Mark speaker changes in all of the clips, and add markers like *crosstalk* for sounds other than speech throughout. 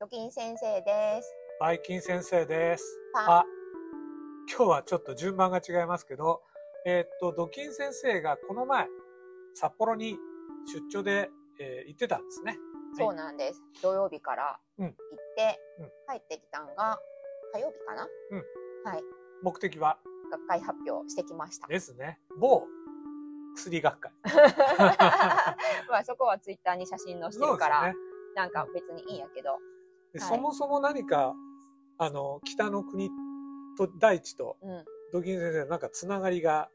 Speaker 1: ドキン先生です。
Speaker 2: バイキン先生です。
Speaker 1: パ
Speaker 2: あ、今日はちょっと順番が違いますけど、えーっと、ドキン先生がこの前、札幌に出張で、えー行ってたんですね。
Speaker 1: そうなんです。土曜日から
Speaker 2: うん
Speaker 1: 行って
Speaker 2: うん、
Speaker 1: 帰ってきたんが、火曜日かな、
Speaker 2: うん
Speaker 1: はい。
Speaker 2: 目的は
Speaker 1: 学会発表してきました。
Speaker 2: ですね、某薬学会。
Speaker 1: *laughs* まあそこはツイッターに写真載して
Speaker 2: そう
Speaker 1: る
Speaker 2: で
Speaker 1: か
Speaker 2: すよ
Speaker 1: ら、
Speaker 2: ね。
Speaker 1: なんか別にいいんやけど、
Speaker 2: で
Speaker 1: はい
Speaker 2: そもそも何か、あの、北の国と大地と
Speaker 1: うん。
Speaker 2: ドキン先生のなんかつながりが、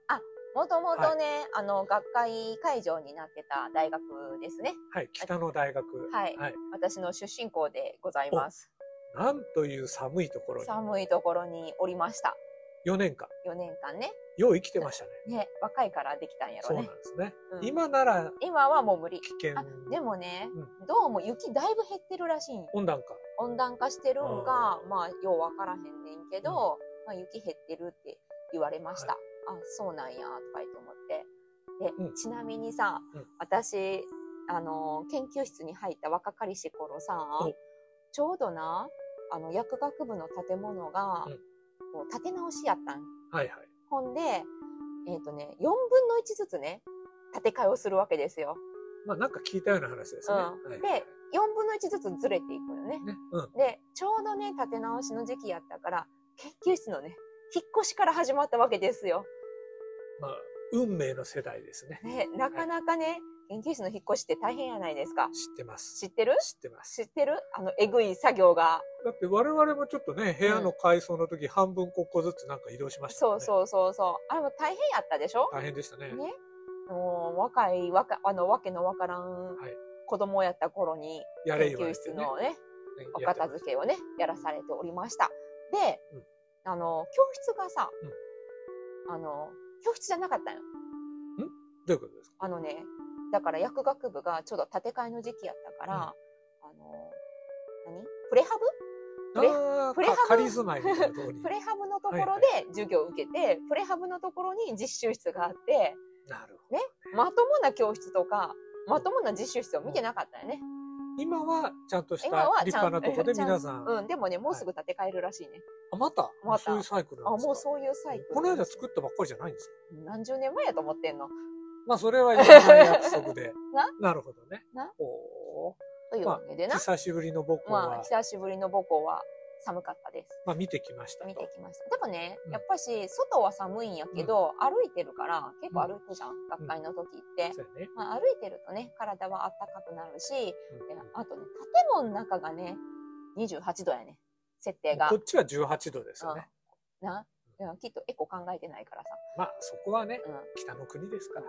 Speaker 1: もともとね、あの、学会会場になってた大学ですね。
Speaker 2: はい、北の大学。
Speaker 1: はい。
Speaker 2: はい
Speaker 1: 私の出身校でございます。
Speaker 2: なんという寒いところに、
Speaker 1: 寒いところにおりました。
Speaker 2: 4年間、
Speaker 1: 4年間ね。
Speaker 2: よう生きてましたね。
Speaker 1: ね、若いからできたんや
Speaker 2: そう
Speaker 1: ろ
Speaker 2: なん
Speaker 1: ね
Speaker 2: で。すね。
Speaker 1: うん
Speaker 2: 今なら
Speaker 1: 今はもう無理。
Speaker 2: 危険
Speaker 1: あでもね、
Speaker 2: う
Speaker 1: どうも雪だいぶ減ってるらしいんよ
Speaker 2: 温暖化
Speaker 1: 温暖化してるんか
Speaker 2: う、ん
Speaker 1: まあ、ようわからへんねんけど、まあ、雪減ってるって言われました。あ、そうなんや、とか言って思って。で、
Speaker 2: うん
Speaker 1: ちなみにさ、
Speaker 2: うん
Speaker 1: 私、あのー、研究室に入った若かりし頃さ
Speaker 2: お、
Speaker 1: ちょうどな、あの、薬学部の建物が
Speaker 2: うん、
Speaker 1: こう、建て直しやったん。
Speaker 2: はいはい
Speaker 1: ほんで、えっ、とね、4分の1ずつね、建て替えをするわけですよ。
Speaker 2: まあなんか聞いたような話ですね、
Speaker 1: うん
Speaker 2: はい
Speaker 1: で4分の1ずつずれていくよね。
Speaker 2: ねうん
Speaker 1: で、ちょうどね、立て直しの時期やったから、研究室のね、引っ越しから始まったわけですよ。
Speaker 2: まあ運命の世代ですね
Speaker 1: ね、なかなかね、研究室の引っ越しって大変やないですか。
Speaker 2: 知ってます
Speaker 1: 知ってる
Speaker 2: 知ってます
Speaker 1: 知ってるあの、えぐい作業が。
Speaker 2: だって我々もちょっとね部屋の改装の時半分ここずつなんか移動しましたも
Speaker 1: そ
Speaker 2: ん
Speaker 1: うそ
Speaker 2: ね
Speaker 1: うそうそう。あれも大変やったでしょ
Speaker 2: 大変でしたね
Speaker 1: ね。もう、若い、わか、あの、わけのわからん
Speaker 2: はい
Speaker 1: 子供やった頃に、
Speaker 2: やれ
Speaker 1: 研
Speaker 2: 言わ
Speaker 1: 究
Speaker 2: れ
Speaker 1: 室
Speaker 2: てね
Speaker 1: のね、
Speaker 2: ね
Speaker 1: お
Speaker 2: やってま
Speaker 1: 片
Speaker 2: す
Speaker 1: 付けをね、やらされておりました。で、
Speaker 2: うん
Speaker 1: あの、教室がさ、あの、教室じゃなかったよ。
Speaker 2: どういうことですか
Speaker 1: あのね、だから薬学部がちょうど建て替えの時期やったから、
Speaker 2: うん
Speaker 1: あの、何プレハプレ
Speaker 2: あー
Speaker 1: プレハブ
Speaker 2: か仮住まいみたいなところ
Speaker 1: ブ
Speaker 2: に
Speaker 1: プレハブのとこ
Speaker 2: はいは
Speaker 1: ろ
Speaker 2: い
Speaker 1: で授業を受けて、プレハブのところに実習室があって、
Speaker 2: なるほど
Speaker 1: ねまともな教室とか、まともな実習室を見てなかったよね。
Speaker 2: 今はちゃんとした
Speaker 1: 今 *laughs* はち
Speaker 2: 立
Speaker 1: ゃん
Speaker 2: 派なところで皆さん
Speaker 1: うん、でもね、もうすぐ建て替えるらしいね。
Speaker 2: あまた
Speaker 1: また
Speaker 2: そういうサイクル
Speaker 1: あ
Speaker 2: な、んですか
Speaker 1: もうそういうサイクル。
Speaker 2: この間作ったばっかりじゃないんですか
Speaker 1: 何十年前やと思ってんの
Speaker 2: まあそれは一番約束で
Speaker 1: *laughs* な
Speaker 2: なるほどね
Speaker 1: な
Speaker 2: おー
Speaker 1: というわけでな。
Speaker 2: 久しぶりの僕は、
Speaker 1: まあ、久しぶりの母校は寒かったです。
Speaker 2: まあ見てきました
Speaker 1: 見
Speaker 2: と
Speaker 1: てきました。でもね、
Speaker 2: うん
Speaker 1: やっぱし、外は寒いんやけど、歩いてるから、結構歩くじゃん、学会の時って。
Speaker 2: そうやね、
Speaker 1: まあ、歩いてるとね、体はあったかくなるし、で
Speaker 2: うん
Speaker 1: あとね、建物の中がね、28度やね、設定が
Speaker 2: こ。っちは18度ですよね、
Speaker 1: うんな、いやきっとエコ考えてないからさ、
Speaker 2: まあそこはね
Speaker 1: うん、
Speaker 2: 北の国ですから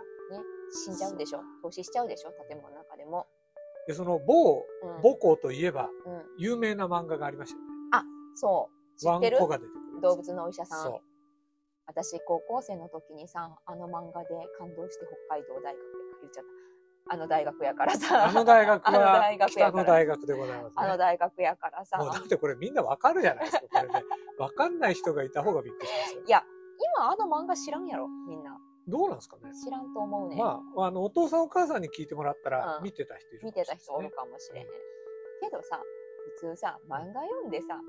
Speaker 1: 死んじゃうでしょ、投資しちゃうでしょ、建物の中でも。
Speaker 2: でその
Speaker 1: う
Speaker 2: 某
Speaker 1: ん、
Speaker 2: 母校といえば
Speaker 1: うん、
Speaker 2: 有名な漫画がありましたよね
Speaker 1: そう。知
Speaker 2: ワ
Speaker 1: って
Speaker 2: ン
Speaker 1: る
Speaker 2: コが出てくる
Speaker 1: 動物のお医者さん
Speaker 2: そ。
Speaker 1: 私、高校生の時にさ、あの漫画で感動して北海道大学で言っちゃった。あの大学やから
Speaker 2: う
Speaker 1: さ。
Speaker 2: あの大学
Speaker 1: あの
Speaker 2: は
Speaker 1: 大学や
Speaker 2: 北
Speaker 1: から
Speaker 2: の大学でございます
Speaker 1: あの
Speaker 2: ね
Speaker 1: 大学やからさ。
Speaker 2: もうだってこれみんなわかるじゃないですかこれねわかんない人がいた方がびっくりしますよ
Speaker 1: いや、今あの漫画知らんやろ、みんな。
Speaker 2: どうなんですかね
Speaker 1: 知らんと思うね。
Speaker 2: まああのお父さんお母さんに聞いてもらったら
Speaker 1: うん
Speaker 2: 見てた人いる
Speaker 1: 見
Speaker 2: かもしれ
Speaker 1: てた人
Speaker 2: ないです
Speaker 1: お
Speaker 2: ね
Speaker 1: るかもしれへん。けどさ、普通さ、漫画読んでさ、行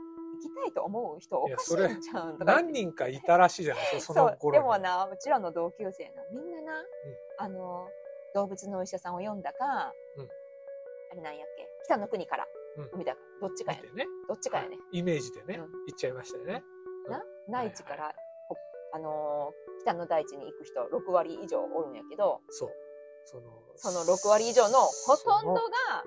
Speaker 1: きたいと思う人お
Speaker 2: いや
Speaker 1: かし
Speaker 2: それ
Speaker 1: いんちゃうんとか言って
Speaker 2: 何人かいたらしいじゃないです
Speaker 1: そ
Speaker 2: かその
Speaker 1: う、
Speaker 2: 頃
Speaker 1: で
Speaker 2: に
Speaker 1: もな、うちらの同級生な、みんなな、あの、動物のお医者さんを読んだか、
Speaker 2: うん
Speaker 1: あれなんやっけ、北の国から、
Speaker 2: うん
Speaker 1: 海だか、どっちか
Speaker 2: 見
Speaker 1: やね
Speaker 2: て。ね
Speaker 1: どっちかやね。
Speaker 2: はいイメージでね、
Speaker 1: うん
Speaker 2: 行っちゃいましたよね。
Speaker 1: な、内地か
Speaker 2: は
Speaker 1: ら、ほあのー北の大地に行く人6割以上おるんやけど、
Speaker 2: そう。その、
Speaker 1: その6割以上のほとんどが
Speaker 2: そ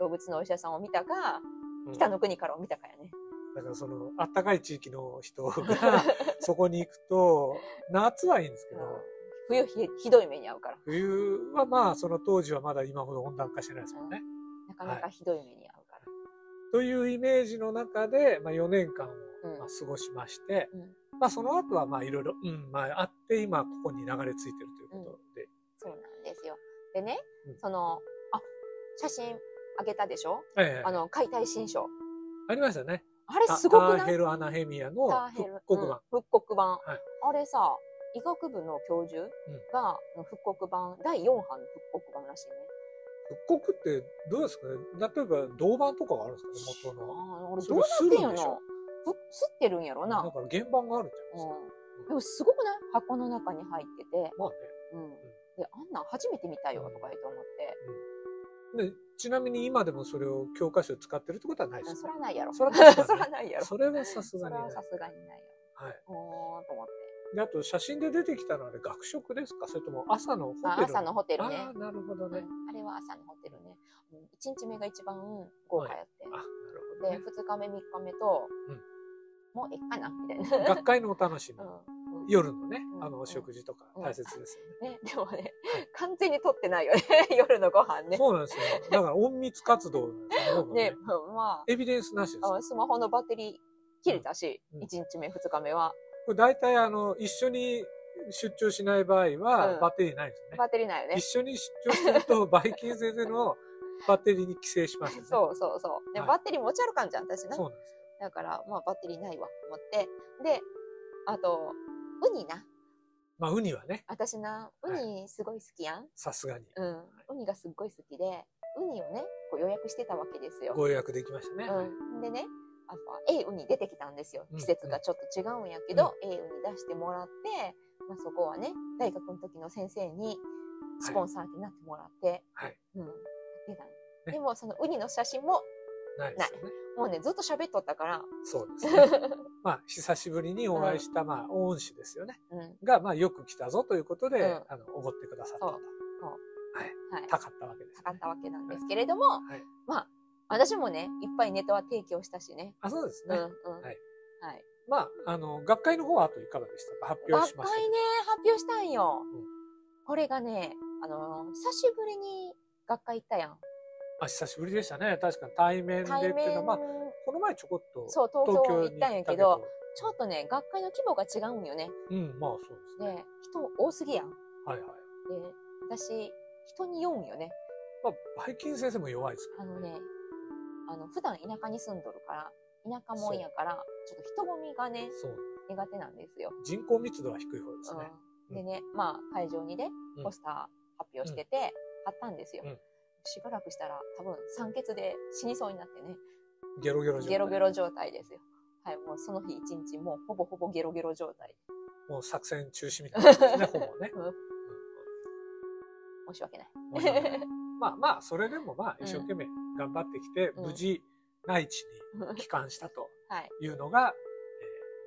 Speaker 1: 動物のお医者さんを見たか、
Speaker 2: の
Speaker 1: 北の国からを見たかやね。
Speaker 2: うんだからその、あったかい地域の人
Speaker 1: *laughs*
Speaker 2: が、そこに行くと、夏はいいんですけど、
Speaker 1: うん冬ひひどい目に遭うから、
Speaker 2: 冬はまあ、その当時はまだ今ほど温暖化してないですもんね。
Speaker 1: なかなかひどい目に遭うから。
Speaker 2: というイメージの中で、まあ4年間を
Speaker 1: うん
Speaker 2: まあ過ごしまして、
Speaker 1: うん
Speaker 2: まあその後はまあいろいろ、うん、まああって今ここに流れ着いてるということで、
Speaker 1: そうなんですよ。でね、
Speaker 2: うん
Speaker 1: その、あ、写真あげたでしょ
Speaker 2: ええ
Speaker 1: あの、解体新書。
Speaker 2: ありましたね。
Speaker 1: あれ
Speaker 2: タ
Speaker 1: すごく
Speaker 2: ター
Speaker 1: ない
Speaker 2: ヘルアナヘミアの
Speaker 1: ターヘル
Speaker 2: 復刻版。
Speaker 1: うん復刻版、
Speaker 2: い
Speaker 1: あれさ、医学部の教授が、復刻版、第4版の復刻版らしいね。
Speaker 2: 復刻ってどうですかね例えば銅板とかがあるんですかね元
Speaker 1: あ
Speaker 2: の。
Speaker 1: ー俺ど
Speaker 2: そ
Speaker 1: う
Speaker 2: れ
Speaker 1: なってん
Speaker 2: するんでし
Speaker 1: や
Speaker 2: ょ
Speaker 1: ろふ吸ってるんやろな
Speaker 2: だから原版があるんじゃないですか。
Speaker 1: うん、でもすごくない箱の中に入ってて、
Speaker 2: まあね。
Speaker 1: うん、であんなん初めて見たよとか言うと思って、
Speaker 2: でちなみに今でもそれを教科書使ってるってことはないで
Speaker 1: うん
Speaker 2: す
Speaker 1: そ
Speaker 2: ね
Speaker 1: らないやろ
Speaker 2: そら
Speaker 1: な
Speaker 2: 確
Speaker 1: い *laughs*
Speaker 2: かに
Speaker 1: やろ
Speaker 2: それはさ
Speaker 1: そ
Speaker 2: すが
Speaker 1: れ
Speaker 2: にない
Speaker 1: はさすがにないよ
Speaker 2: はい
Speaker 1: おーと思って
Speaker 2: であと写真で出てきたのはあれ学食ですかそれとも朝のホテ
Speaker 1: あ
Speaker 2: ル
Speaker 1: 朝のホテルね
Speaker 2: ああなるほど
Speaker 1: うん
Speaker 2: ね、
Speaker 1: あれは朝のホテルね1日目が一番豪華やって、
Speaker 2: あなるほどね
Speaker 1: で2日目3日目と、
Speaker 2: うん
Speaker 1: もうえっかなみたいな、
Speaker 2: *laughs* 学会のお楽しみ、
Speaker 1: *laughs* うんうん
Speaker 2: 夜のね
Speaker 1: うん
Speaker 2: あのお食事とか
Speaker 1: うん
Speaker 2: 大切ですよね、
Speaker 1: ね、でもね完全に撮ってないよね *laughs* 夜のご飯ね
Speaker 2: そうなんですよだから隠密活動なんですよね僕ね
Speaker 1: ねま
Speaker 2: エビデンスなしです
Speaker 1: ああスマホのバッテリー切れたし、
Speaker 2: うんうん
Speaker 1: 一1日目2日目は
Speaker 2: これ大体あの一緒に出張しない場合は、
Speaker 1: うん
Speaker 2: バッテリーないんですよね
Speaker 1: バッテリーないよね
Speaker 2: 一緒に出張す
Speaker 1: *laughs*
Speaker 2: るとバイキン先生のバッテリーに寄生しますよね
Speaker 1: そうそうそう。で、
Speaker 2: はい
Speaker 1: バッテリー持ち歩かんじゃん、私な
Speaker 2: そう。なんですよ
Speaker 1: だから、まあ、バッテリーないわ、思って。で、あと、ウニな。
Speaker 2: まあウニはね
Speaker 1: 私な、ウニすごい好きやん。
Speaker 2: さすがに
Speaker 1: うん。ウニがすっごい好きで、ウニをね、こう予約してたわけですよ。
Speaker 2: ご予約できましたね、はい
Speaker 1: うん。でね、あええウニ出てきたんですよ
Speaker 2: う。ん
Speaker 1: 季節がちょっと違うんやけど、ええウニ出してもらって、まあ、そこはね、大学の時の先生に、スポンサーになってもらって、
Speaker 2: はい
Speaker 1: うん。やってたん
Speaker 2: ね
Speaker 1: でも、そのウニの写真も、
Speaker 2: ないですよね
Speaker 1: もうね、ずっと喋っとったから、
Speaker 2: そう
Speaker 1: *laughs*
Speaker 2: ですねまあ久しぶりにお会いした、まあ恩師ですよね
Speaker 1: うん。は
Speaker 2: がまあよく来たぞということで、
Speaker 1: うん
Speaker 2: あのおごってくださったと
Speaker 1: そうい。
Speaker 2: 高かったわけです、ね、
Speaker 1: かかったわけなんですけれども、
Speaker 2: はい
Speaker 1: まあ、私もね、いっぱいネタは提供したしね。
Speaker 2: あそうです
Speaker 1: うん
Speaker 2: ね、
Speaker 1: うん。
Speaker 2: はい。
Speaker 1: はい。
Speaker 2: まああの学会の方はあといかがでしたか発表し
Speaker 1: 学
Speaker 2: ました
Speaker 1: 会
Speaker 2: けど
Speaker 1: ね、発表したんよ。
Speaker 2: うん
Speaker 1: これがね、あのー、久しぶりに学会行ったやん。
Speaker 2: あ久しぶりでしたね確かに対面でってい
Speaker 1: 対面、
Speaker 2: うのはまあこの前ちょこっと
Speaker 1: そう、東
Speaker 2: 東
Speaker 1: 京
Speaker 2: 京
Speaker 1: 行
Speaker 2: に
Speaker 1: ったんやけど、ちょっとね、学会の規模が違うんよね。
Speaker 2: うんまあそうですね
Speaker 1: で、人多すぎやん。で、
Speaker 2: はいはい
Speaker 1: 私、人に読むよね。
Speaker 2: まあバイキン先生も弱いですか
Speaker 1: あ
Speaker 2: ら
Speaker 1: のね、あの、普段田舎に住んどるから、田舎もんやから、ちょっと人混みがね、
Speaker 2: そう
Speaker 1: 苦手なんですよ。
Speaker 2: 人口密度は低い方ですね、
Speaker 1: うん、でね、まあ、会場にね
Speaker 2: う、ん
Speaker 1: ポスター発表してて、貼ったんですよ。
Speaker 2: うん
Speaker 1: しばらくしたら、多分、酸欠で死にそうになってね、
Speaker 2: ゲロゲロ状態
Speaker 1: ゲロゲロ状態ですよ。はい、もうその日一日、もうほぼほぼゲロゲロ状態。
Speaker 2: もう作戦中止みたいな感じですねほぼね、
Speaker 1: うん *laughs*
Speaker 2: う
Speaker 1: 申し訳ない。
Speaker 2: ん申し訳ないまあまあそれでもまあ
Speaker 1: うん
Speaker 2: 一生懸命頑張ってきて、
Speaker 1: うん
Speaker 2: 無事内地に帰還したと
Speaker 1: *laughs* はい、
Speaker 2: いうのが、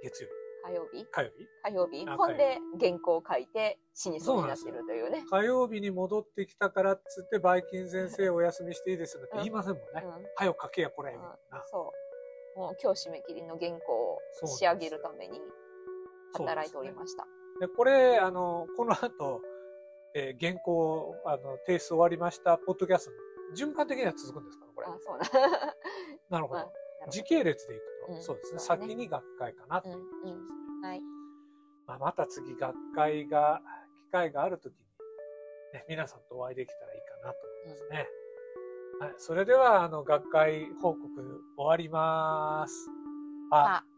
Speaker 2: えー月曜日
Speaker 1: 火曜日
Speaker 2: 火曜日
Speaker 1: 火曜日
Speaker 2: あ
Speaker 1: ほんで、原稿を書いて死にそうになってるというね。
Speaker 2: 火曜日に戻ってきたからっつってバイキン先生お休みしていいですよって言いませんもんね、
Speaker 1: うん、
Speaker 2: 早く書けやこれみたいな、
Speaker 1: そう。もう今日締め切りの原稿を仕上げるために働いておりました。
Speaker 2: で、これ、あの、この後、えー原稿、あの、提出終わりました、ポッドキャスト、循環的には続くんですかね、これ
Speaker 1: あ。、そうなん。
Speaker 2: なるほ
Speaker 1: *laughs* まあなる。
Speaker 2: ど
Speaker 1: ほど
Speaker 2: 時系列でいくと、
Speaker 1: うん
Speaker 2: そうですね。
Speaker 1: そうだね
Speaker 2: 先に学会かなという感じですね。
Speaker 1: うんはい。
Speaker 2: まあ、また次、学会が、機会があるときに、ね、皆さんとお会いできたらいいかなと思いますね。はい。それでは、あの、学会報告終わります。あ
Speaker 1: あ